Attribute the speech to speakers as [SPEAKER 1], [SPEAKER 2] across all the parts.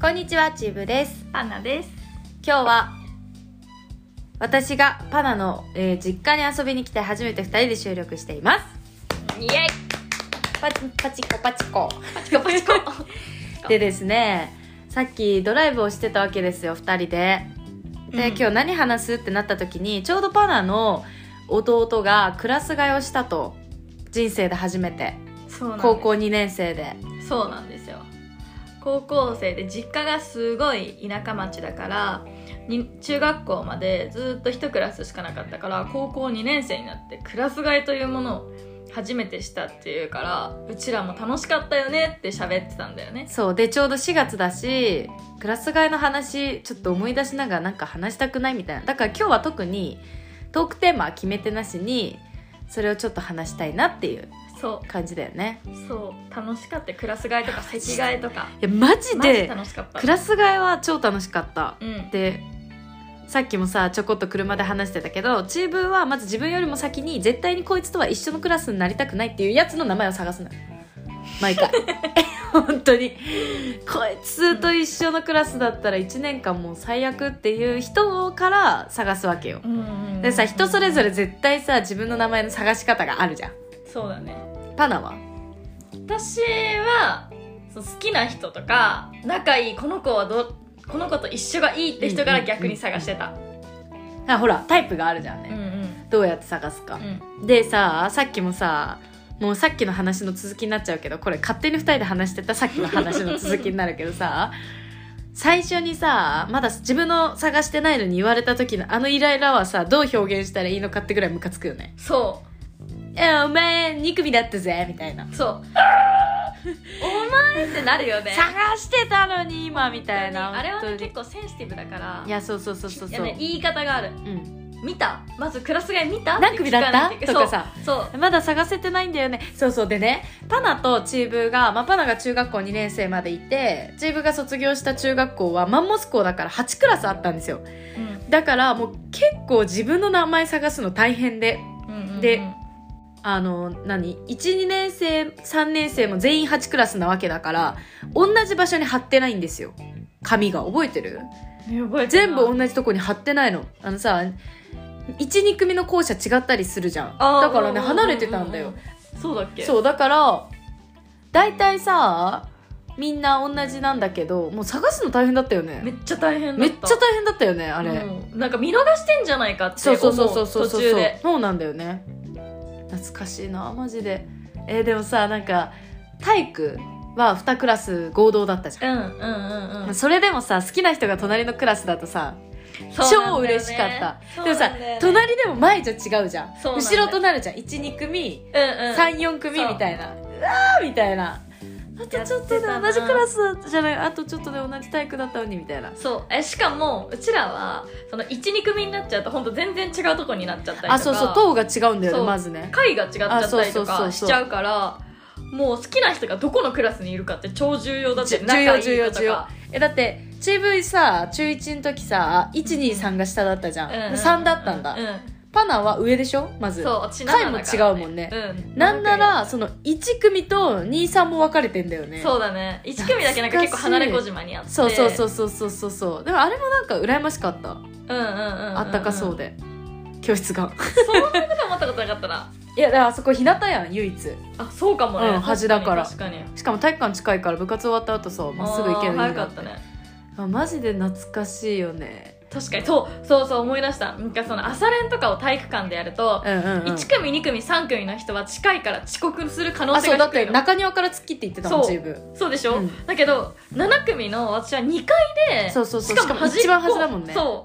[SPEAKER 1] こんにちは、チーブです。
[SPEAKER 2] アンナです。
[SPEAKER 1] 今日は、私がパナの、えー実家に遊びに来て初めて2人で収録しています。
[SPEAKER 2] イエイ。
[SPEAKER 1] パチパチコパチコ。
[SPEAKER 2] パチコパチコ。
[SPEAKER 1] でですね、さっきドライブをしてたわけですよ、2人で。で、
[SPEAKER 2] うん
[SPEAKER 1] 今日何話すってなった時に、ちょうどパナの弟がクラス替えをしたと。人生で初めて。
[SPEAKER 2] そうなんです
[SPEAKER 1] 高校2年生で。
[SPEAKER 2] そうなんですよ。高校生で実家がすごい田舎町だからに中学校までずっと一クラスしかなかったから高校2年生になってクラス替えというものを初めてしたっていうからうちらも楽しかったよねって喋ってたんだよね
[SPEAKER 1] そう。で、ちょうど4月だし、クラス替えの話、ちょっと思い出しながらなんか話したくないみたいな。だから今日は特に、トークテーマは決めてなしに、それをちょっと話したいなっていう
[SPEAKER 2] そ
[SPEAKER 1] 感じだよね。
[SPEAKER 2] うそう楽しかったクラス替えとか席替えとか
[SPEAKER 1] いや、マジ
[SPEAKER 2] マジ
[SPEAKER 1] で、
[SPEAKER 2] 楽しかった
[SPEAKER 1] クラス替えは超楽しかった。
[SPEAKER 2] うん
[SPEAKER 1] で、さっきもさ、ちょこっと車で話してたけど、チーブはまず自分よりも先に、絶対にこいつとは一緒のクラスになりたくないっていうやつの名前を探すのよ。毎回。 本当に。こいつと一緒のクラスだったら1年間もう最悪っていう人から探すわけよ。
[SPEAKER 2] うんうんうん
[SPEAKER 1] でさ、人それぞれ絶対さ、自分の名前の探し方があるじゃん。
[SPEAKER 2] そうだね
[SPEAKER 1] パナは
[SPEAKER 2] 私はそう好きな人とか仲いいこの子はどこの子と一緒がいいって人から逆に探してた
[SPEAKER 1] あ、ほら、タイプがあるじゃん
[SPEAKER 2] うんう
[SPEAKER 1] ね。
[SPEAKER 2] ん
[SPEAKER 1] どうやって探すか。
[SPEAKER 2] うん
[SPEAKER 1] でささっきもさもうさっきの話の続きになっちゃうけどこれ勝手に2人で話してたさっきの話の続きになるけど さ最初にさまだ自分の探してないのに言われた時のあのイライラはさどう表現したらいいのかってぐらいムカつくよね
[SPEAKER 2] そ
[SPEAKER 1] 「えお前2組だったぜ」みたいな
[SPEAKER 2] うそうお前ってなる
[SPEAKER 1] 「
[SPEAKER 2] よね
[SPEAKER 1] 探してたのに今」みたいな
[SPEAKER 2] あれは、
[SPEAKER 1] 本
[SPEAKER 2] ね、
[SPEAKER 1] 当に
[SPEAKER 2] 結構センシティブだから
[SPEAKER 1] いやそうそうそうそう
[SPEAKER 2] い
[SPEAKER 1] そ
[SPEAKER 2] や
[SPEAKER 1] う、
[SPEAKER 2] ね、言い方がある
[SPEAKER 1] うん、
[SPEAKER 2] 見たまずクラス替え見た
[SPEAKER 1] 何組だった
[SPEAKER 2] て聞
[SPEAKER 1] と
[SPEAKER 2] な
[SPEAKER 1] か
[SPEAKER 2] いい
[SPEAKER 1] さ
[SPEAKER 2] けそうそう
[SPEAKER 1] まだ探せてないんだよねそうそうでねパナとチーブが、まあ、パナが中学校2年生までいてチーブが卒業した中学校はマンモス校だから8クラスあったんですよだからもう結構自分の名前探すの大変で
[SPEAKER 2] うんうんうんうん
[SPEAKER 1] であの何12年生3年生も全員8クラスなわけだから同じ場所に貼ってないんですよ紙が覚えてる
[SPEAKER 2] ね覚えてる
[SPEAKER 1] 全
[SPEAKER 2] な
[SPEAKER 1] 部同じとこに貼ってないのあのさ12組の校舎違ったりするじゃん
[SPEAKER 2] あー
[SPEAKER 1] だから
[SPEAKER 2] うんうん
[SPEAKER 1] ね
[SPEAKER 2] うん
[SPEAKER 1] 離れてたんだよ、
[SPEAKER 2] そうだっけう
[SPEAKER 1] そうだから大体さみんな同じなんだけどもう探すの大変だったよね
[SPEAKER 2] め
[SPEAKER 1] め
[SPEAKER 2] っちゃ大変だった
[SPEAKER 1] っちゃ大変だったよねあれ、
[SPEAKER 2] うんなんか見逃してんじゃないかって
[SPEAKER 1] そう
[SPEAKER 2] 思う
[SPEAKER 1] そうそうそうそうそ
[SPEAKER 2] 途
[SPEAKER 1] う
[SPEAKER 2] 中で
[SPEAKER 1] そうなんだよね懐かしいなマジでえーでもさなんか体育は2クラス合同だったじゃん
[SPEAKER 2] う、んうんうんうん
[SPEAKER 1] それでもさ好きな人が隣のクラスだとさ超嬉しかった、でもさ、隣でも前じゃ違うじゃん
[SPEAKER 2] そうなんだ
[SPEAKER 1] 後
[SPEAKER 2] よ
[SPEAKER 1] ろとなるじゃん12組
[SPEAKER 2] 隣
[SPEAKER 1] 34組みたいなうわーみたいなあとちょっとで
[SPEAKER 2] やってたな
[SPEAKER 1] 同じクラスだったじゃないあとちょっとで同じ体育だったのにみたいな
[SPEAKER 2] そうえしかもうちらはその12組になっちゃうと本当全然違うとこになっちゃったりとか
[SPEAKER 1] あそうそう党が違うんだよ
[SPEAKER 2] そ
[SPEAKER 1] ね
[SPEAKER 2] う
[SPEAKER 1] まずね
[SPEAKER 2] 階が違っちゃったりと
[SPEAKER 1] あそうそうそうそう
[SPEAKER 2] かしちゃうからもう好きな人がどこのクラスにいるかって超重要だって
[SPEAKER 1] じゅ
[SPEAKER 2] 仲いい子とか
[SPEAKER 1] 重要重要えだってチームさ中1の時さ123が下だったじゃん、
[SPEAKER 2] うんうん
[SPEAKER 1] 3だったんだ、
[SPEAKER 2] うん
[SPEAKER 1] パナは上でしょまず
[SPEAKER 2] そう私
[SPEAKER 1] 階
[SPEAKER 2] 7
[SPEAKER 1] も
[SPEAKER 2] だから
[SPEAKER 1] 違うもんね
[SPEAKER 2] うん
[SPEAKER 1] なんならその1組と23も分かれてんだよね
[SPEAKER 2] そうだね1組だけなんか結構離れ小島にあって
[SPEAKER 1] そうそうそううそうそうそうそうでもあれもなんか羨ましかった
[SPEAKER 2] うんうんうんうん
[SPEAKER 1] あったかそうで、教室が
[SPEAKER 2] で思ったことなかったない
[SPEAKER 1] やだからあそこ日向やん唯一
[SPEAKER 2] あそうかもね、
[SPEAKER 1] うん端だから
[SPEAKER 2] 確かに確かに
[SPEAKER 1] しかも体育館近いから部活終わった後さまっすぐ行けるよ
[SPEAKER 2] あー
[SPEAKER 1] う
[SPEAKER 2] 早
[SPEAKER 1] に
[SPEAKER 2] か
[SPEAKER 1] な
[SPEAKER 2] ったね
[SPEAKER 1] あマジで懐かしいよね
[SPEAKER 2] 確かにそうそうそう思い出したなんかその朝練とかを体育館でやると、
[SPEAKER 1] うんうん、うん、
[SPEAKER 2] 1組2組3組の人は近いから遅刻する可能
[SPEAKER 1] あそう
[SPEAKER 2] 性
[SPEAKER 1] だ
[SPEAKER 2] が
[SPEAKER 1] っ
[SPEAKER 2] 低
[SPEAKER 1] て
[SPEAKER 2] いの
[SPEAKER 1] 中庭から突っ切って言ってたもん
[SPEAKER 2] そう
[SPEAKER 1] チーム
[SPEAKER 2] そうでしょ、
[SPEAKER 1] うん
[SPEAKER 2] だけど7組の私は2階で
[SPEAKER 1] そうそうそう
[SPEAKER 2] しかも
[SPEAKER 1] しかも一番端だもんね
[SPEAKER 2] そ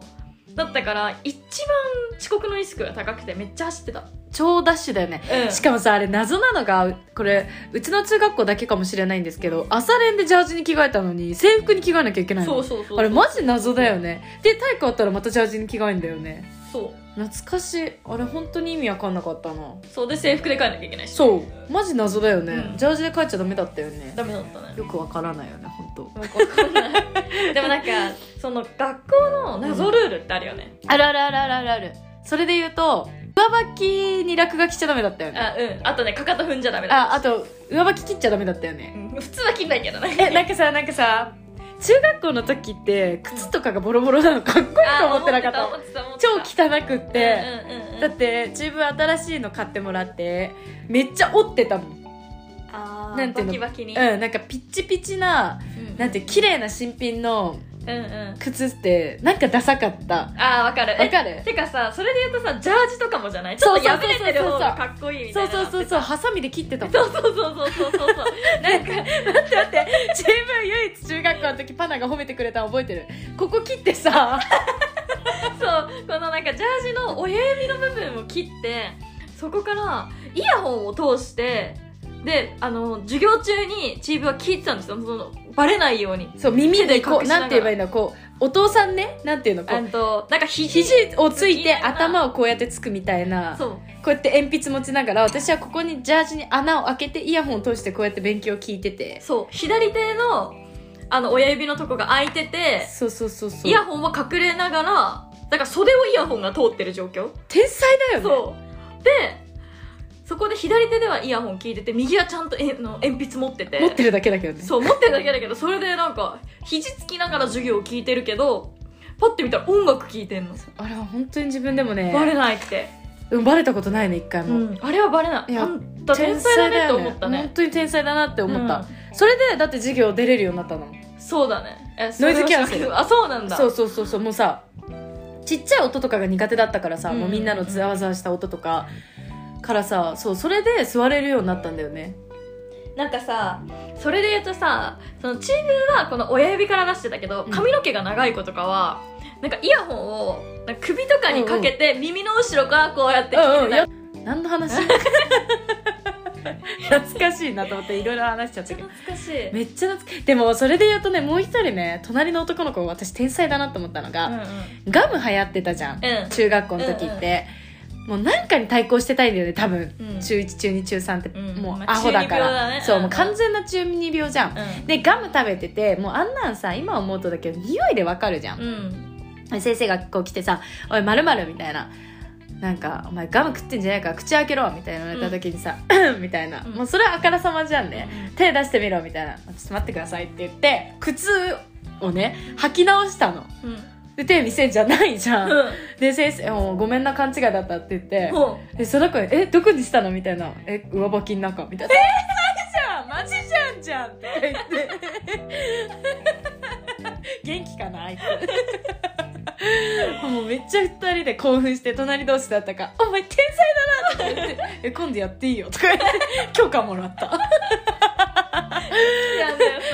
[SPEAKER 2] うだったから一番遅刻のリスクが高くてめっちゃ走ってた、
[SPEAKER 1] 超ダッシュだよね
[SPEAKER 2] うん、
[SPEAKER 1] しかもさあれ謎なのがこれうちの中学校だけかもしれないんですけど朝練でジャージに着替えたのに制服に着替えなきゃいけないの
[SPEAKER 2] そうそうそう
[SPEAKER 1] あれマジ謎だよねで体育あったらまたジャージに着替えんだよね
[SPEAKER 2] そう
[SPEAKER 1] 懐かしいあれ本当に意味わかんなかったな
[SPEAKER 2] そうで制服で帰んなきゃいけないし
[SPEAKER 1] そうマジ謎だよね、
[SPEAKER 2] うん
[SPEAKER 1] ジャージで帰っちゃダメだったよね
[SPEAKER 2] ダメだったね
[SPEAKER 1] よくわからないよね本当。
[SPEAKER 2] よくわかんないでもなんかその学校の謎ルールってあるよね、
[SPEAKER 1] あるあるあるあるあるあるそれで言うと上履きに落書きしちゃダメだったよね
[SPEAKER 2] あうんあとねかかと踏んじゃダメだ
[SPEAKER 1] ああと上履き切っちゃダメだったよね
[SPEAKER 2] うん普通は切んないけどね
[SPEAKER 1] えなんかさなんかさ中学校の時って靴とかがボロボロなのかっこいいと思ってなかった
[SPEAKER 2] 思ってた思って
[SPEAKER 1] 超
[SPEAKER 2] た
[SPEAKER 1] 汚くっ、
[SPEAKER 2] ってうんうんうんうん、
[SPEAKER 1] だって自分新しいの買ってもらってめっちゃ折ってたもん
[SPEAKER 2] あー
[SPEAKER 1] なんていうの
[SPEAKER 2] バキバキに、
[SPEAKER 1] うんなんかピッチピチななんていう綺麗な新品の
[SPEAKER 2] うんうん
[SPEAKER 1] 靴ってなんかダサかった
[SPEAKER 2] あーわかる
[SPEAKER 1] わかる
[SPEAKER 2] えてかさそれで言うとさジャージとかもじゃないち
[SPEAKER 1] そ
[SPEAKER 2] ょ
[SPEAKER 1] う
[SPEAKER 2] っ
[SPEAKER 1] そうそう
[SPEAKER 2] と破
[SPEAKER 1] そう
[SPEAKER 2] れてる方がかっこいいみた
[SPEAKER 1] そう
[SPEAKER 2] いな
[SPEAKER 1] そうそうそうハサミで切ってたもん
[SPEAKER 2] そうそうそうそうそうそうそうなんか
[SPEAKER 1] だって自分唯一中学校の時パナが褒めてくれたの覚えてるここ切ってさ
[SPEAKER 2] そうこのなんかジャージの親指の部分を切ってそこからイヤホンを通してであの授業中にチームは聞いてたんですよそのバレないように
[SPEAKER 1] そう耳でこ
[SPEAKER 2] 手で
[SPEAKER 1] う
[SPEAKER 2] 隠しながら
[SPEAKER 1] なんて言えばいいのこうお父さんねなんていうのこ
[SPEAKER 2] あ
[SPEAKER 1] う
[SPEAKER 2] となんかひ
[SPEAKER 1] 肘をつい
[SPEAKER 2] つき
[SPEAKER 1] て
[SPEAKER 2] ながら
[SPEAKER 1] 頭をこうやってつくみたいな
[SPEAKER 2] そう
[SPEAKER 1] こうやって鉛筆持ちながら私はここにジャージに穴を開けてイヤホンを通してこうやって勉強を聞いてて
[SPEAKER 2] そう左手のあの親指のとこが開いてて
[SPEAKER 1] そうそうそうそう
[SPEAKER 2] イヤホンは隠れながらだから袖をイヤホンが通ってる状況
[SPEAKER 1] 天才だよね
[SPEAKER 2] そうでそこで左手ではイヤホン聞いてて右はちゃんとえの鉛筆持ってて
[SPEAKER 1] 持ってるだけだけどね
[SPEAKER 2] そう持ってるだけだけどそれでなんか肘つきながら授業を聞いてるけどパッて見たら音楽聞いてんの
[SPEAKER 1] あれは本当に自分でもね
[SPEAKER 2] バレないって、
[SPEAKER 1] うんバレたことないね一回も、
[SPEAKER 2] あれはバレない
[SPEAKER 1] いや
[SPEAKER 2] あんた天才だねって
[SPEAKER 1] よ
[SPEAKER 2] 思ったね
[SPEAKER 1] 本当に天才だなって思った、それでだって授業出れるようになったの
[SPEAKER 2] うんそうだねえ
[SPEAKER 1] ノイズキャンセル
[SPEAKER 2] それは知らなかったあそうなんだ
[SPEAKER 1] そうそうそうそうもうさちっちゃい音とかが苦手だったからさ、
[SPEAKER 2] うん
[SPEAKER 1] もうみんなのざわざわした音とかからさそうそれで座れるようになったんだよね
[SPEAKER 2] なんかさそれで言うとさそのチームはこの親指から出してたけど
[SPEAKER 1] うん
[SPEAKER 2] 髪の毛が長い子とかは、なんかイヤホンをなんか首とかにかけて耳の後ろからこうやって聞いてた
[SPEAKER 1] や何の話 懐かしいなと思っていろいろ話しちゃったけど
[SPEAKER 2] めっちゃ懐かしい、
[SPEAKER 1] めっちゃ懐かでもそれで言うとねもう一人ね隣の男の子私天才だなと思ったの
[SPEAKER 2] うん
[SPEAKER 1] が、
[SPEAKER 2] うん
[SPEAKER 1] ガム流行ってたじゃん中学校の時って、もうなんかに対抗してたいんだよね多分
[SPEAKER 2] うんうん
[SPEAKER 1] 中1中2中3って
[SPEAKER 2] うん
[SPEAKER 1] もう
[SPEAKER 2] まあ
[SPEAKER 1] アホだから、
[SPEAKER 2] 中二病だね
[SPEAKER 1] そう
[SPEAKER 2] うん
[SPEAKER 1] もう完全な中二病じゃん、でガム食べててもうあんなんさ今思うとだけど匂いでわかるじゃん
[SPEAKER 2] う、んうん
[SPEAKER 1] 先生がこう来てさ「おいまるみたいな「なんかお前ガム食ってんじゃないから口開けろ」みたいな言われた時にさ「 みたいな、
[SPEAKER 2] うん
[SPEAKER 1] もうそれはあからさまじゃんね、
[SPEAKER 2] うん
[SPEAKER 1] 手出してみろみたいな「ちょっと待ってください」って言って靴をね履き直したの
[SPEAKER 2] うん
[SPEAKER 1] で手見せんじゃないじゃん、
[SPEAKER 2] うん
[SPEAKER 1] で先生「もうごめんな勘違いだった」って言って、
[SPEAKER 2] ほ
[SPEAKER 1] でその子に「えどこにしたの?」みたいな「え上履きの中」みたいな「えマジじゃんマジじゃんじゃん」って言って元気かなあいつもうめっちゃ二人で興奮して隣同士だったから「お前天才だな」って言って「え今度やっていいよ」とか言って許可もらった
[SPEAKER 2] うなんだよ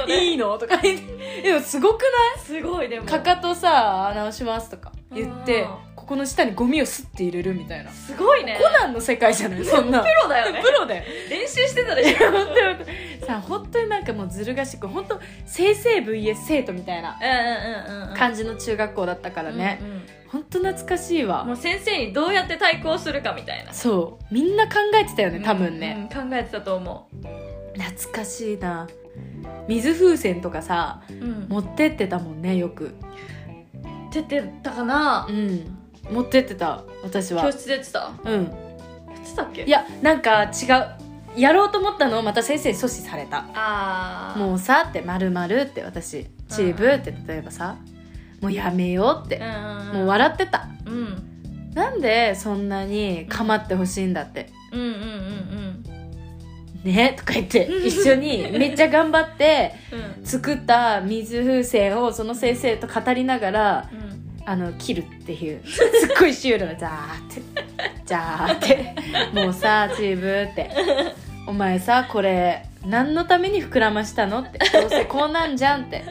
[SPEAKER 2] そ
[SPEAKER 1] 「
[SPEAKER 2] れ
[SPEAKER 1] いいの?」とか言ってでもすごくない
[SPEAKER 2] すごいでも
[SPEAKER 1] かかとさ直しますとか言って
[SPEAKER 2] うん
[SPEAKER 1] ここの下にゴミをすって入れるみたいな
[SPEAKER 2] すごいね
[SPEAKER 1] コナンの世界じゃないそんなプ
[SPEAKER 2] プロだよね
[SPEAKER 1] ロだよ
[SPEAKER 2] 練習してたでしょ
[SPEAKER 1] 本当に本当にさ本当になんかもうずる賢い本当先生 VS 生徒みたいな
[SPEAKER 2] うんうんうんうん
[SPEAKER 1] 感じの中学校だったからね、
[SPEAKER 2] うんうん
[SPEAKER 1] 本当懐かしいわ、
[SPEAKER 2] もう先生にどうやって対抗するかみたいな
[SPEAKER 1] そうみんな考えてたよね多分ね、、
[SPEAKER 2] うんうん考えてたと思
[SPEAKER 1] 懐かしいな水風船とかさ
[SPEAKER 2] う、うん、
[SPEAKER 1] 持ってってたもんねよく
[SPEAKER 2] 出てたかな
[SPEAKER 1] うん持ってってた私
[SPEAKER 2] 教
[SPEAKER 1] は
[SPEAKER 2] 室でやってた
[SPEAKER 1] うん
[SPEAKER 2] やってたっけ
[SPEAKER 1] いやなんか違うやろうと思ったのをまた先生に阻止された
[SPEAKER 2] ああ
[SPEAKER 1] もうさって「まるまるって私「チーブ」って例えばさ「もうやめよう」って
[SPEAKER 2] う、ん
[SPEAKER 1] もう笑ってた
[SPEAKER 2] うんうん
[SPEAKER 1] なんでそんなに構ってほしいんだって。
[SPEAKER 2] うんうんうん
[SPEAKER 1] ねとか言って
[SPEAKER 2] うん
[SPEAKER 1] 一緒 にめっちゃ頑張って
[SPEAKER 2] うんうん
[SPEAKER 1] 作った水風船をその先生と語りながら
[SPEAKER 2] うん
[SPEAKER 1] あの切るっていうすっごいシュールなジャーってジャーってもうさチーブってお前さこれ何のために膨らましたのってどうせこうなんじゃんって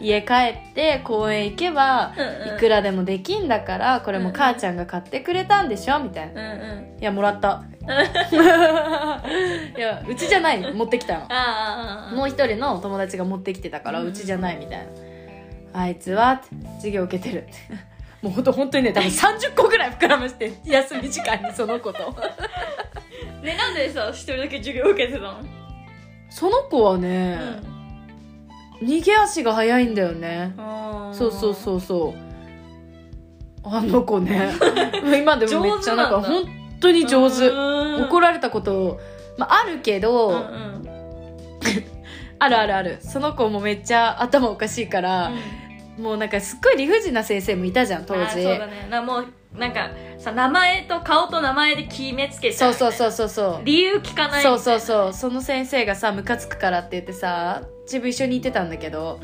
[SPEAKER 1] 家帰って公園行けばいく
[SPEAKER 2] ら
[SPEAKER 1] らでもできんだからこれも母ちゃんが買ってくれたんでしょみたいな
[SPEAKER 2] うんうん
[SPEAKER 1] いやもらったいやうちじゃないの持ってきたの
[SPEAKER 2] ああ
[SPEAKER 1] もう一人の友達が持ってきてたから
[SPEAKER 2] うん
[SPEAKER 1] うちじゃないみたいなあいつはって授業受けてるって もうほんと本当にね多分30個ぐらい膨らまして休み時間にその子と
[SPEAKER 2] ねなんでさ一人だけ授業受けてたの、
[SPEAKER 1] その子はね、逃げ足が早いんだよね
[SPEAKER 2] あー
[SPEAKER 1] そうそうそうそうあの子 ね今でもめっちゃなんか
[SPEAKER 2] 上手なん
[SPEAKER 1] 本当に上手
[SPEAKER 2] うん
[SPEAKER 1] 怒られたこと、まあ、あるけど、
[SPEAKER 2] うんうん
[SPEAKER 1] ああるあるあるその子もめっちゃ頭おかしいから、もうなんかすっごい理不尽な先生もいたじゃん当
[SPEAKER 2] あーそう
[SPEAKER 1] 時
[SPEAKER 2] だねなもうなんかさ名前と顔と名前で決めつけちゃ
[SPEAKER 1] そううそう
[SPEAKER 2] う
[SPEAKER 1] そうそうそう
[SPEAKER 2] 理由聞かない
[SPEAKER 1] そうそうそうその先生がさムカつくからって言ってさチブ一緒に行ってたんだけど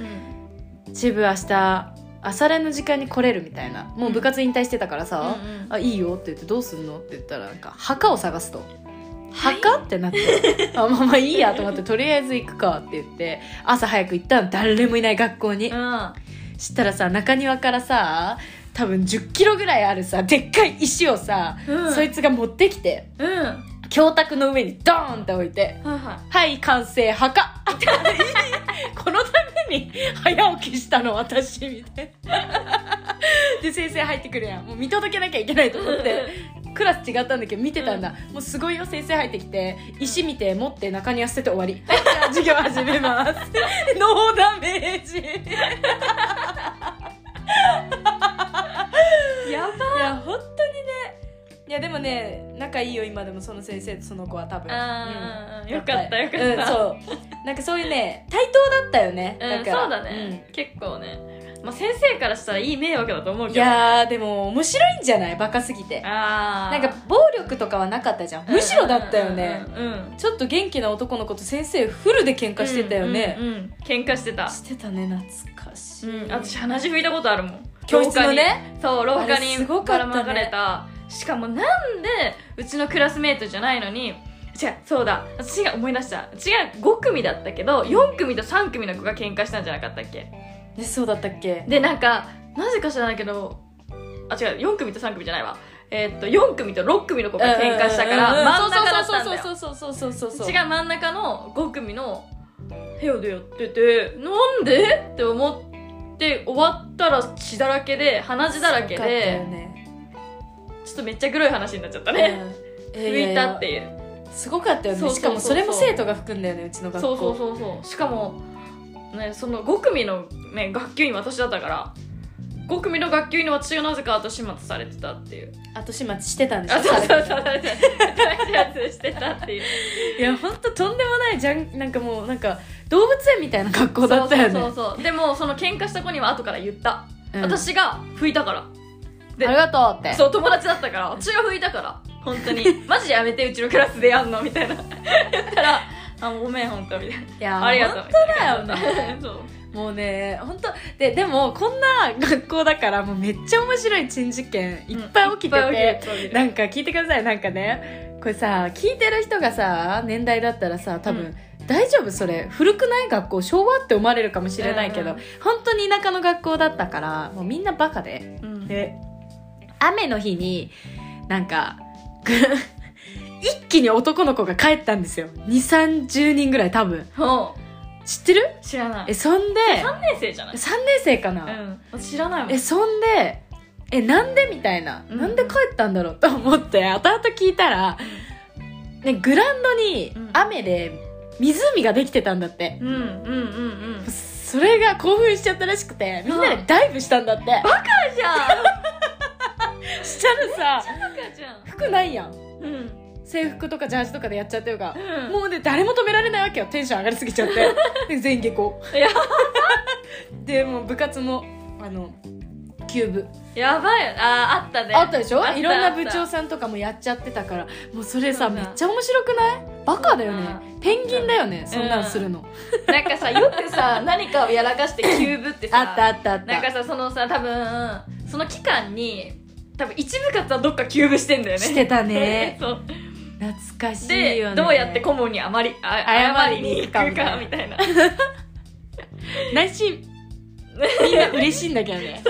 [SPEAKER 2] うん、
[SPEAKER 1] チブ明日朝練の時間に来れるみたいなもう部活引退してたからさ「
[SPEAKER 2] うんうん
[SPEAKER 1] あいいよ」って言って「どうすんの?」って言ったらなんか墓を探すと「
[SPEAKER 2] はい
[SPEAKER 1] 墓?」ってなって「あまあまあいいや」と思って「とりあえず行くか」って言って朝早く行ったの誰もいない学校に
[SPEAKER 2] うん
[SPEAKER 1] したらさ中庭からさ多分1 0キロぐらいあるさでっかい石をさ、
[SPEAKER 2] うん
[SPEAKER 1] そいつが持ってきて
[SPEAKER 2] うんは
[SPEAKER 1] 教卓の上にドーンって置いて
[SPEAKER 2] いはい
[SPEAKER 1] はい、完成、墓。 このために早起きしたの、私、みたいな。で、先生入ってくるやん。もう見届けなきゃいけないと思って。クラス違ったんだけど、見てたんだ。もうすごいよ、先生入ってきて、石見て、持って、中庭捨てて終わり。はいじゃあ授業始めます。ノーダメージ。い
[SPEAKER 2] やば
[SPEAKER 1] や、本当にね。いや、でもね、仲いいよ、今でも、その先生とその子は多分。
[SPEAKER 2] あー、
[SPEAKER 1] うん
[SPEAKER 2] よかったよかった、
[SPEAKER 1] うん、そう。なんかそういうね、対等だったよね。
[SPEAKER 2] う
[SPEAKER 1] だ
[SPEAKER 2] んそ
[SPEAKER 1] か
[SPEAKER 2] う
[SPEAKER 1] ら
[SPEAKER 2] だ
[SPEAKER 1] ん
[SPEAKER 2] ね、結構ね、まあ、先生からしたらいい迷惑だと思うけ
[SPEAKER 1] い
[SPEAKER 2] ど
[SPEAKER 1] やーでも面白いんじゃないバカすぎて
[SPEAKER 2] あ
[SPEAKER 1] な
[SPEAKER 2] ー
[SPEAKER 1] んか暴力とかはなかったじゃんむしろだったよね
[SPEAKER 2] うんうんうん
[SPEAKER 1] ちょっと元気な男の子と先生フルで喧嘩してたよね、
[SPEAKER 2] うんうんうん喧嘩してた
[SPEAKER 1] してたね懐かしい、
[SPEAKER 2] うん、私鼻血拭いたことあるもん
[SPEAKER 1] 教室のね
[SPEAKER 2] そう廊下
[SPEAKER 1] あれ
[SPEAKER 2] に
[SPEAKER 1] すごかった
[SPEAKER 2] ばら
[SPEAKER 1] ね
[SPEAKER 2] まかれたしかもなんでうちのクラスメートじゃないのに違うそうだ私が思い出した違う5組だったけど4組と3組の子が喧嘩したんじゃなかったっけ
[SPEAKER 1] えそうだったっけ
[SPEAKER 2] でなんかなぜか知らないけどあ違う4組と3組じゃないわえーっと4組と6組の子が喧嘩したから真ん中だったんだよ
[SPEAKER 1] そうそうそうそうそうそうそうそうそう
[SPEAKER 2] うちが真ん中の5組の部屋でやっててなんでって思って終わったら血だらけで鼻血だらけ
[SPEAKER 1] すごかったよ
[SPEAKER 2] で
[SPEAKER 1] ね
[SPEAKER 2] ちょっとめっちゃグロい話になっちゃったね
[SPEAKER 1] うんや
[SPEAKER 2] 拭い
[SPEAKER 1] や
[SPEAKER 2] たっていう
[SPEAKER 1] すごかったよ
[SPEAKER 2] そ
[SPEAKER 1] ね
[SPEAKER 2] うそう
[SPEAKER 1] し
[SPEAKER 2] そう
[SPEAKER 1] か
[SPEAKER 2] そう
[SPEAKER 1] もそれも生徒が吹くんだよねうちの学校
[SPEAKER 2] そうそうそうそうしかも、ね、その5組の、ね、学級委員私だったから5組の学級委員の私がなぜか後始末されてたっていう
[SPEAKER 1] 後始末してたんでしょ
[SPEAKER 2] あそうそうそう
[SPEAKER 1] されて
[SPEAKER 2] されてたやつしてたって いう
[SPEAKER 1] た いやほんととんでもないじゃんなんかもうなんか動物園みたいな格好だったよね
[SPEAKER 2] そうそうそうそうでもその喧嘩した子には後から言った、
[SPEAKER 1] うん
[SPEAKER 2] 私が拭いたからで
[SPEAKER 1] ありがとうって
[SPEAKER 2] そう友達だったから私が拭いたから本当に マジやめてうちのクラスでやんのみたいな言ったら「あごめん本当」みたい
[SPEAKER 1] いや
[SPEAKER 2] な「ありがとう」みたいな
[SPEAKER 1] 本当だよ
[SPEAKER 2] そう
[SPEAKER 1] もうね本当ででもこんな学校だからもうめっちゃ面白い珍事件いっぱい起きてて、
[SPEAKER 2] うんいっぱい起きてる
[SPEAKER 1] なんか聞いてくださいなんかねこれさ聞いてる人がさ年代だったらさ多分、
[SPEAKER 2] うん
[SPEAKER 1] 大丈夫それ古くない学校昭和って思われるかもしれないけど、
[SPEAKER 2] うん
[SPEAKER 1] 本当に田舎の学校だったからもうみんなバカで
[SPEAKER 2] うん
[SPEAKER 1] で雨の日になんか ぐ一気に男の子が帰ったんですよ2 3 0人ぐらい多分
[SPEAKER 2] ほ
[SPEAKER 1] 知ってる
[SPEAKER 2] う知らない
[SPEAKER 1] えそんで
[SPEAKER 2] 3年生じゃない
[SPEAKER 1] 3年生かな、
[SPEAKER 2] うん私知らないもん
[SPEAKER 1] えそんでえなんでみたいな、
[SPEAKER 2] うん
[SPEAKER 1] なんで帰ったんだろうと 思って後々聞いたら、ね、グラウンドに
[SPEAKER 2] うん
[SPEAKER 1] 雨で湖ができてたんだって、
[SPEAKER 2] うんうんうんうん
[SPEAKER 1] それが興奮しちゃったらしくてみんなでダイブしたんだって、
[SPEAKER 2] じゃあ
[SPEAKER 1] したらさ
[SPEAKER 2] 赤ちゃん
[SPEAKER 1] 服ないやん
[SPEAKER 2] うん
[SPEAKER 1] 制服とかジャージとかでやっちゃってるから、
[SPEAKER 2] うん
[SPEAKER 1] もうね誰も止められないわけよテンション上がりすぎちゃって で全員下校
[SPEAKER 2] いや
[SPEAKER 1] でもう部活もあの休部
[SPEAKER 2] やばいああったね
[SPEAKER 1] あったでしょ
[SPEAKER 2] あった
[SPEAKER 1] いろんな
[SPEAKER 2] あった
[SPEAKER 1] 部長さんとかもやっちゃってたからもうそれさ
[SPEAKER 2] そう
[SPEAKER 1] め
[SPEAKER 2] だ
[SPEAKER 1] っちゃ面白くないバカだよねペンギンだよねそんなのするの、
[SPEAKER 2] なんかさよくさ何かをやらかして急ぶってさ
[SPEAKER 1] あったあったあった
[SPEAKER 2] なんかさそのさ多分その期間に多分一部活はどっか休部してんだよね
[SPEAKER 1] してたね
[SPEAKER 2] そう
[SPEAKER 1] 懐かしい
[SPEAKER 2] で
[SPEAKER 1] よね
[SPEAKER 2] どうやって顧問にあまりあ謝りに行くかみたいな
[SPEAKER 1] 内 心みんな嬉しいんだけどね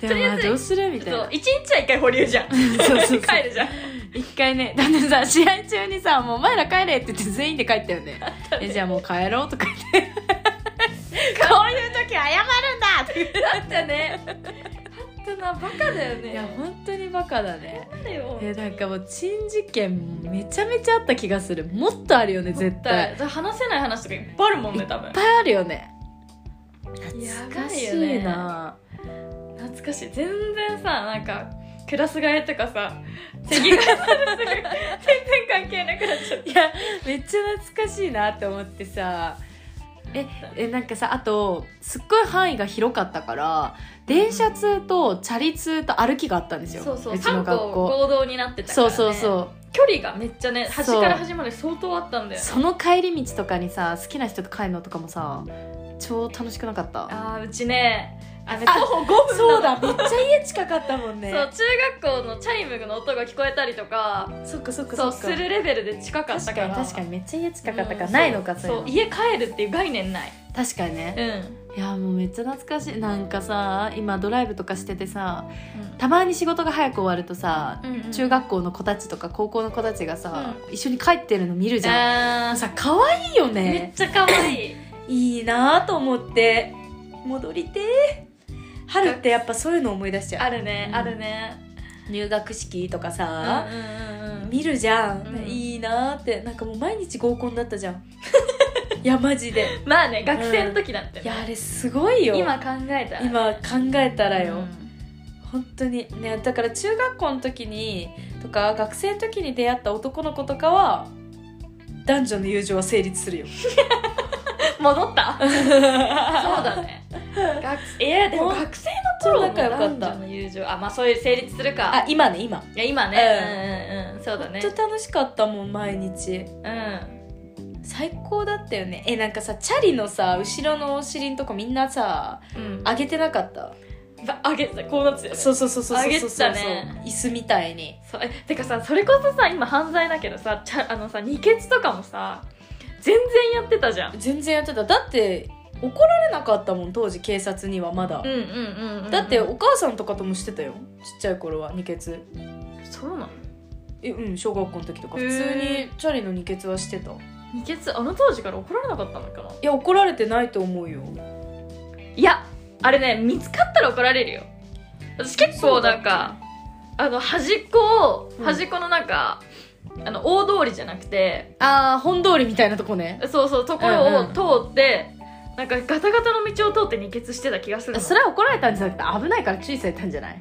[SPEAKER 1] で
[SPEAKER 2] と
[SPEAKER 1] も
[SPEAKER 2] りあ
[SPEAKER 1] ま
[SPEAKER 2] え
[SPEAKER 1] あ
[SPEAKER 2] ず
[SPEAKER 1] どうするみたい
[SPEAKER 2] そう
[SPEAKER 1] な
[SPEAKER 2] 一日は一回保留じゃ ん
[SPEAKER 1] そうそうそう
[SPEAKER 2] 帰るじゃん
[SPEAKER 1] 一回ねだってさ試合中にさ「もうお前ら帰れ」って言って全員で帰ったよねえじゃあもう帰ろうとか言ってこういう時謝るんだって
[SPEAKER 2] だったねだったなバカだよね
[SPEAKER 1] いや本当にバカだね
[SPEAKER 2] 当だよ
[SPEAKER 1] えなんかもう珍事件めちゃめちゃあった気がするもっとあるよね絶対いっ
[SPEAKER 2] だ話せない話とかいっぱいあるもんね多分
[SPEAKER 1] ぱいあるよね
[SPEAKER 2] や
[SPEAKER 1] 懐
[SPEAKER 2] ば
[SPEAKER 1] か
[SPEAKER 2] い
[SPEAKER 1] し
[SPEAKER 2] よね
[SPEAKER 1] いな
[SPEAKER 2] 懐かしい全然さなんかクラス替えとかさ席替えするすぐ全然関係なくなっちゃった
[SPEAKER 1] いやめっちゃ懐かしいなって思ってさえなんかさあとすっごい範囲が広かったから電車通とチャリ通と歩きがあったんですよ
[SPEAKER 2] そうそう
[SPEAKER 1] ちの
[SPEAKER 2] 3
[SPEAKER 1] 学
[SPEAKER 2] 校
[SPEAKER 1] 校
[SPEAKER 2] 合同になってたから、
[SPEAKER 1] そ
[SPEAKER 2] ね、
[SPEAKER 1] うそうそう
[SPEAKER 2] 距離がめっちゃね端
[SPEAKER 1] そう
[SPEAKER 2] から端まで相当あったんだよね
[SPEAKER 1] その帰り道とかにさ好きな人と帰るのとかもさ超楽しくなかった
[SPEAKER 2] あーうちねあね
[SPEAKER 1] あ
[SPEAKER 2] 徒歩5分
[SPEAKER 1] そう
[SPEAKER 2] な
[SPEAKER 1] だ
[SPEAKER 2] の
[SPEAKER 1] めっちゃ家近かったもんね
[SPEAKER 2] そう中学校のチャイムの音が聞こえたりとか
[SPEAKER 1] そっかそっか
[SPEAKER 2] そ
[SPEAKER 1] そうっか
[SPEAKER 2] するレベルで近かっ
[SPEAKER 1] 確
[SPEAKER 2] た
[SPEAKER 1] か
[SPEAKER 2] から
[SPEAKER 1] に確かにめっちゃ家近かったから、
[SPEAKER 2] うん
[SPEAKER 1] ないのかそ
[SPEAKER 2] そうう家帰るっていう概念ない
[SPEAKER 1] 確かにね
[SPEAKER 2] うん、
[SPEAKER 1] いやもうめっちゃ懐かしいなんかさ今ドライブとかしててさたまに仕事が早く終わるとさ、
[SPEAKER 2] うんうん
[SPEAKER 1] 中学校の子たちとか高校の子たちがさ、一緒に帰ってるの見るじゃん、
[SPEAKER 2] あー
[SPEAKER 1] さ可愛いよ
[SPEAKER 2] めっ
[SPEAKER 1] ね
[SPEAKER 2] ちゃ可愛い
[SPEAKER 1] いいなと思って戻りてー春ってやっぱそういうの思い出しちゃ
[SPEAKER 2] あ
[SPEAKER 1] う
[SPEAKER 2] るね
[SPEAKER 1] うん
[SPEAKER 2] あるね
[SPEAKER 1] 入学式とか
[SPEAKER 2] うん
[SPEAKER 1] さ、
[SPEAKER 2] うんうんうん
[SPEAKER 1] 見るじゃん、
[SPEAKER 2] うん
[SPEAKER 1] いいなってなんかもう毎日合コンだったじゃん いやマジで
[SPEAKER 2] まあね学生の時だって
[SPEAKER 1] い
[SPEAKER 2] ね
[SPEAKER 1] やあれすごいよ
[SPEAKER 2] 今考えたら
[SPEAKER 1] 今考えたらよ、
[SPEAKER 2] うん
[SPEAKER 1] 本当にねだから中学校の時にとか学生の時に出会った男の子とかは男女の友情は成立するよ
[SPEAKER 2] 戻ったそう
[SPEAKER 1] そう
[SPEAKER 2] だ ね学生いやでも
[SPEAKER 1] ほん
[SPEAKER 2] 学生
[SPEAKER 1] 超
[SPEAKER 2] の頃の
[SPEAKER 1] 仲良か
[SPEAKER 2] 男
[SPEAKER 1] った
[SPEAKER 2] 女の友情あまあそういう成立するか
[SPEAKER 1] あ今ね今
[SPEAKER 2] いや今ねうんうんうんそうだね
[SPEAKER 1] ちょっと楽しかったもん毎日
[SPEAKER 2] うん
[SPEAKER 1] 最高だったよねえなんかさチャリのさ後ろのお尻のとこみんなさ
[SPEAKER 2] うん
[SPEAKER 1] 上げてなかった
[SPEAKER 2] ばあげてたこうなってたよね
[SPEAKER 1] そうそうそうそうそうそうそう
[SPEAKER 2] 上げてたね
[SPEAKER 1] 椅子みたいに
[SPEAKER 2] そうえ てかさそれこそさ今犯罪だけどさちゃあのさ二ケツとかもさ全然やってたじゃん
[SPEAKER 1] 全然やってただって怒られなかったもん当時警察にはまだ、
[SPEAKER 2] うんうんうん、うん、
[SPEAKER 1] だってお母さんとかともしてたよちっちゃい頃は二血
[SPEAKER 2] そうなの
[SPEAKER 1] えうん小学校の時とか
[SPEAKER 2] へ
[SPEAKER 1] 普
[SPEAKER 2] ー
[SPEAKER 1] 通にチャリの二血はしてたい
[SPEAKER 2] 二ケツあの当時から怒られなかったのかな
[SPEAKER 1] や怒られてないと思うよ
[SPEAKER 2] いやあれね見つかったら怒られるよ私結構なんかあの端っこを
[SPEAKER 1] うん
[SPEAKER 2] 端っこのなんか、あの大通りじゃなくて
[SPEAKER 1] ああ本通りみたいなとこね
[SPEAKER 2] そうそうところ
[SPEAKER 1] う
[SPEAKER 2] を
[SPEAKER 1] んうん
[SPEAKER 2] 通って、なんかガタガタの道を通って二ケツしてた気がするの
[SPEAKER 1] それは怒られたんじゃなくて危ないから注意されたんじゃない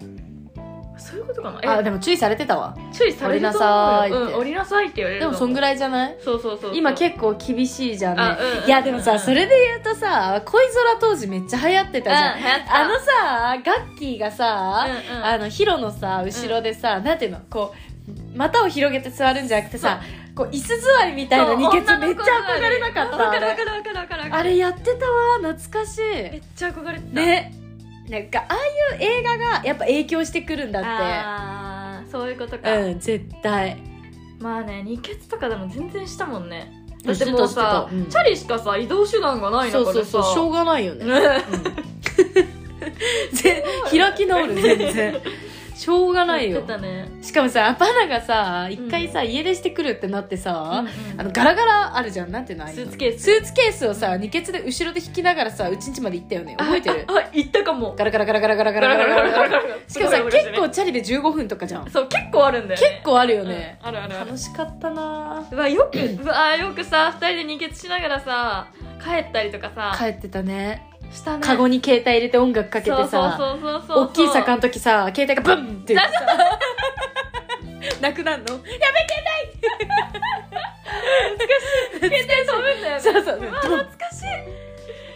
[SPEAKER 2] そういうことかな
[SPEAKER 1] あ
[SPEAKER 2] え
[SPEAKER 1] でも注意されてたわ
[SPEAKER 2] 注意されると思
[SPEAKER 1] 降
[SPEAKER 2] う
[SPEAKER 1] りなさいっ
[SPEAKER 2] よ、
[SPEAKER 1] て
[SPEAKER 2] うん、降りなさいって言われる
[SPEAKER 1] でもそんぐ
[SPEAKER 2] い
[SPEAKER 1] らいじゃない
[SPEAKER 2] そうそうそう
[SPEAKER 1] 今
[SPEAKER 2] 構
[SPEAKER 1] 結構厳しいじゃんね
[SPEAKER 2] あうんうんうん
[SPEAKER 1] いやでもさそれで言うとさ恋空当時めっちゃ流行ってたじゃん
[SPEAKER 2] うん流行ってた
[SPEAKER 1] あのさガッキーがさ、
[SPEAKER 2] うんうん
[SPEAKER 1] あのヒロのさ後ろでさ、なんていうのこう股を広げて座るんじゃなくてさこう椅子座りみたいな二血めっちゃ憧れなかった
[SPEAKER 2] わ
[SPEAKER 1] あ
[SPEAKER 2] かるわ
[SPEAKER 1] れ
[SPEAKER 2] かるわかるわかるわかる
[SPEAKER 1] あれやってたわ懐かし
[SPEAKER 2] めっ
[SPEAKER 1] い
[SPEAKER 2] ちゃ憧れてた
[SPEAKER 1] ねなんかああいう映画がやっぱ影響してくるんだっ
[SPEAKER 2] あーそういうことか、
[SPEAKER 1] てうん絶対
[SPEAKER 2] まあね二ケツとかでも全然したもんね
[SPEAKER 1] うん
[SPEAKER 2] だってもう
[SPEAKER 1] してたし
[SPEAKER 2] さ、
[SPEAKER 1] てたうん
[SPEAKER 2] チャリしかさ移動手段がない
[SPEAKER 1] そ
[SPEAKER 2] 中
[SPEAKER 1] うそ
[SPEAKER 2] で
[SPEAKER 1] う
[SPEAKER 2] さ
[SPEAKER 1] そうしょうがないよね、
[SPEAKER 2] ね
[SPEAKER 1] うん ぜ開き直る全然しょうがない
[SPEAKER 2] や
[SPEAKER 1] よ
[SPEAKER 2] ってたね
[SPEAKER 1] しかもさバナがさ一回さ、家出してくるってなってさ、あのガラガラあるじゃんなんていうのああいうの
[SPEAKER 2] スーツケース
[SPEAKER 1] スーツケースをさ二ケツで後ろで引きながらさうちんちまで行ったよね覚えてる
[SPEAKER 2] ああ行ったかも
[SPEAKER 1] ガラガラガラガラガラガ
[SPEAKER 2] ガ
[SPEAKER 1] ラガ
[SPEAKER 2] ラガ
[SPEAKER 1] ラ
[SPEAKER 2] ラ
[SPEAKER 1] ガ
[SPEAKER 2] ガ
[SPEAKER 1] ラ
[SPEAKER 2] ラ
[SPEAKER 1] ガ
[SPEAKER 2] ガ
[SPEAKER 1] ラ
[SPEAKER 2] ラガラ
[SPEAKER 1] しかもさ
[SPEAKER 2] すごい
[SPEAKER 1] 結構チャリで15分とかじゃん
[SPEAKER 2] ねそう結構あるんだよ、ね、
[SPEAKER 1] 結構あるよね
[SPEAKER 2] うんあるあるある
[SPEAKER 1] 楽しかったな
[SPEAKER 2] うわよくうわよくさ二人で二ケツしながらさ帰ったりとかさ
[SPEAKER 1] 帰ってたね
[SPEAKER 2] したね
[SPEAKER 1] カゴに携帯入れて音楽かけてさ
[SPEAKER 2] そうそうそうそうそう
[SPEAKER 1] 大きい坂の時さ携帯がブンって言ってさなくなるのや
[SPEAKER 2] 携帯飛ぶんだよね
[SPEAKER 1] べそうそう
[SPEAKER 2] うわ懐かしい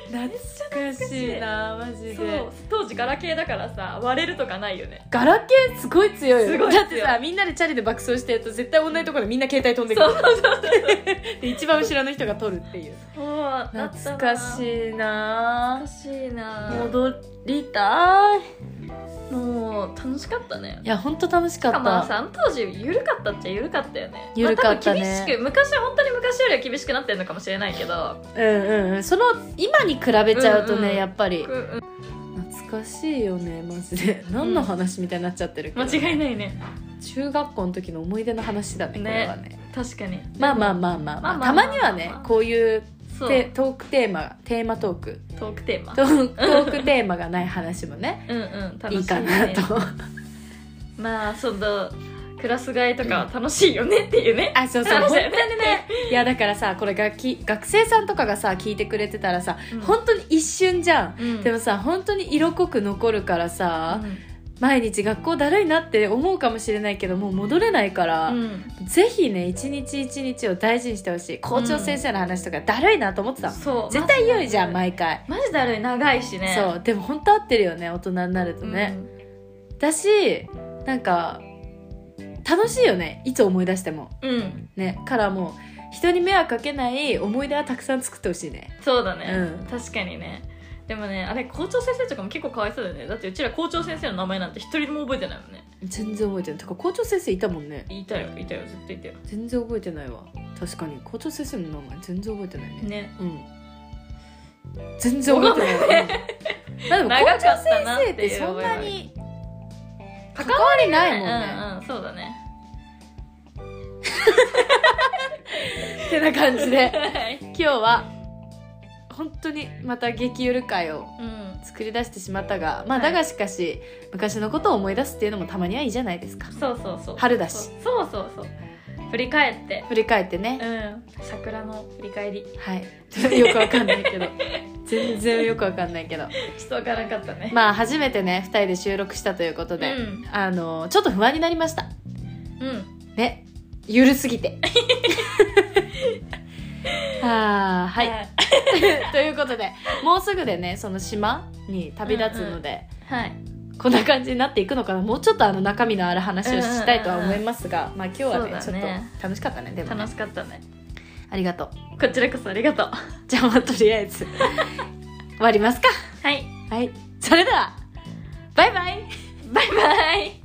[SPEAKER 1] 懐かしいなマジ
[SPEAKER 2] そ
[SPEAKER 1] で
[SPEAKER 2] う当時ガラケーだからさ割れるとかないよね
[SPEAKER 1] ガラケーすごい強いよ
[SPEAKER 2] すごい強
[SPEAKER 1] だ
[SPEAKER 2] い
[SPEAKER 1] ってさみんなでチャリで爆走してると絶対同じところでみんな携帯飛んでく
[SPEAKER 2] そう
[SPEAKER 1] る
[SPEAKER 2] そうそう
[SPEAKER 1] で一番後ろの人が取るっていう懐か
[SPEAKER 2] い
[SPEAKER 1] しいな
[SPEAKER 2] 懐かしいな
[SPEAKER 1] 戻りたい
[SPEAKER 2] もう楽しかったね
[SPEAKER 1] いやほんと楽しか
[SPEAKER 2] し
[SPEAKER 1] っ
[SPEAKER 2] か
[SPEAKER 1] た
[SPEAKER 2] もさあの当時緩かったっちゃ緩かったよね
[SPEAKER 1] 緩かったね
[SPEAKER 2] まあ多分厳しく昔は本当に昔よりは厳しくなってるのかもしれないけど、
[SPEAKER 1] うんうんうんその今に比べちゃうとね、
[SPEAKER 2] うんうん
[SPEAKER 1] やっぱり
[SPEAKER 2] うんうん
[SPEAKER 1] 懐かしいよねマジで何の話みたいになっちゃってるけど、
[SPEAKER 2] 間違いないね
[SPEAKER 1] 中学校の時の思い出の話だねこれはね
[SPEAKER 2] 確かに
[SPEAKER 1] まあまあまあまあ、まあ
[SPEAKER 2] まあまあまあま
[SPEAKER 1] た
[SPEAKER 2] あ
[SPEAKER 1] まにはねこういう
[SPEAKER 2] そう
[SPEAKER 1] テトークテーマテーマトーク
[SPEAKER 2] トークテーマ
[SPEAKER 1] トークトークテーマがない話もね
[SPEAKER 2] うんうん 楽しい,、
[SPEAKER 1] い
[SPEAKER 2] ね、
[SPEAKER 1] いかなと
[SPEAKER 2] まあそのクラス替えとかは楽しいよねっていうね、
[SPEAKER 1] あそうそう
[SPEAKER 2] 楽
[SPEAKER 1] 本当
[SPEAKER 2] しい
[SPEAKER 1] に
[SPEAKER 2] よね
[SPEAKER 1] ねいやだからさこれ楽器学生さんとかがさ聞いてくれてたらさ、
[SPEAKER 2] うん
[SPEAKER 1] 本当に一瞬じゃん、
[SPEAKER 2] うん
[SPEAKER 1] でもさ本当に色濃く残るからさ、
[SPEAKER 2] うん
[SPEAKER 1] 毎日学校だるいなって思うかもしれないけどもう戻れないから、
[SPEAKER 2] うん、
[SPEAKER 1] ぜひね一日一日を大事にしてほしい校長先生の話とかだるいなと思ってたもん、
[SPEAKER 2] そう
[SPEAKER 1] 絶対言うじゃん
[SPEAKER 2] マジ
[SPEAKER 1] 毎回、
[SPEAKER 2] マジだるい長いしね
[SPEAKER 1] そうでも本当合ってるよね大人になると
[SPEAKER 2] うん
[SPEAKER 1] ね、だしなんか楽しいよねいつ思い出しても
[SPEAKER 2] うん
[SPEAKER 1] ねからもう人に迷惑かけない思い出はたくさん作ってほしいね
[SPEAKER 2] そうだね、
[SPEAKER 1] うん
[SPEAKER 2] 確かにねでもねあれ校長先生とかも結構かわいそうだよねだってうちら校長先生の名前なんて一人も覚えてないもんね
[SPEAKER 1] 全然覚えてないてか校長先生いたもんね
[SPEAKER 2] いたよいたよずっといたよ
[SPEAKER 1] 全然覚えてないわ確かに校長先生の名前全然覚えてないね
[SPEAKER 2] ね
[SPEAKER 1] うん全然覚えてない、うんまあでも校長
[SPEAKER 2] 長
[SPEAKER 1] 先生ってそんなに
[SPEAKER 2] 関
[SPEAKER 1] 関わりないもん
[SPEAKER 2] うん
[SPEAKER 1] ね、
[SPEAKER 2] うんそうだね
[SPEAKER 1] ってな感じで
[SPEAKER 2] はい
[SPEAKER 1] 今日は本当にまた激ゆる会を
[SPEAKER 2] うん
[SPEAKER 1] 作り出してしまったがまあ
[SPEAKER 2] は
[SPEAKER 1] だ
[SPEAKER 2] い
[SPEAKER 1] がしかし昔のことを思い出すっていうのもたまにはいいじゃないですか
[SPEAKER 2] そうそうそう
[SPEAKER 1] 春だし
[SPEAKER 2] そうそうそうそう振り返って
[SPEAKER 1] 振り返ってね、
[SPEAKER 2] うん桜の振り返り
[SPEAKER 1] はいよくわかんないけ ど全然よくわかんないけど
[SPEAKER 2] ちょっとわからなかったね
[SPEAKER 1] まあ初めてね2人で収録したということで、
[SPEAKER 2] うん
[SPEAKER 1] あのちょっと不安になりました
[SPEAKER 2] うん
[SPEAKER 1] ねゆるすぎ てあーはい
[SPEAKER 2] はい
[SPEAKER 1] ということでもうすぐでねその島に旅立つので、
[SPEAKER 2] はい
[SPEAKER 1] こんな感じになっていくのかなもうちょっとあの中身のある話をしたいとは思いますが、まあ今日はねち
[SPEAKER 2] そ
[SPEAKER 1] ょ
[SPEAKER 2] う
[SPEAKER 1] っ
[SPEAKER 2] だね
[SPEAKER 1] と楽しかったねでもね
[SPEAKER 2] 楽しかったね
[SPEAKER 1] ありがとう
[SPEAKER 2] こちらこそありがとう
[SPEAKER 1] じゃあまあとりあえ ず終わりますか
[SPEAKER 2] はい
[SPEAKER 1] はいそれではバイバイ
[SPEAKER 2] バイバイ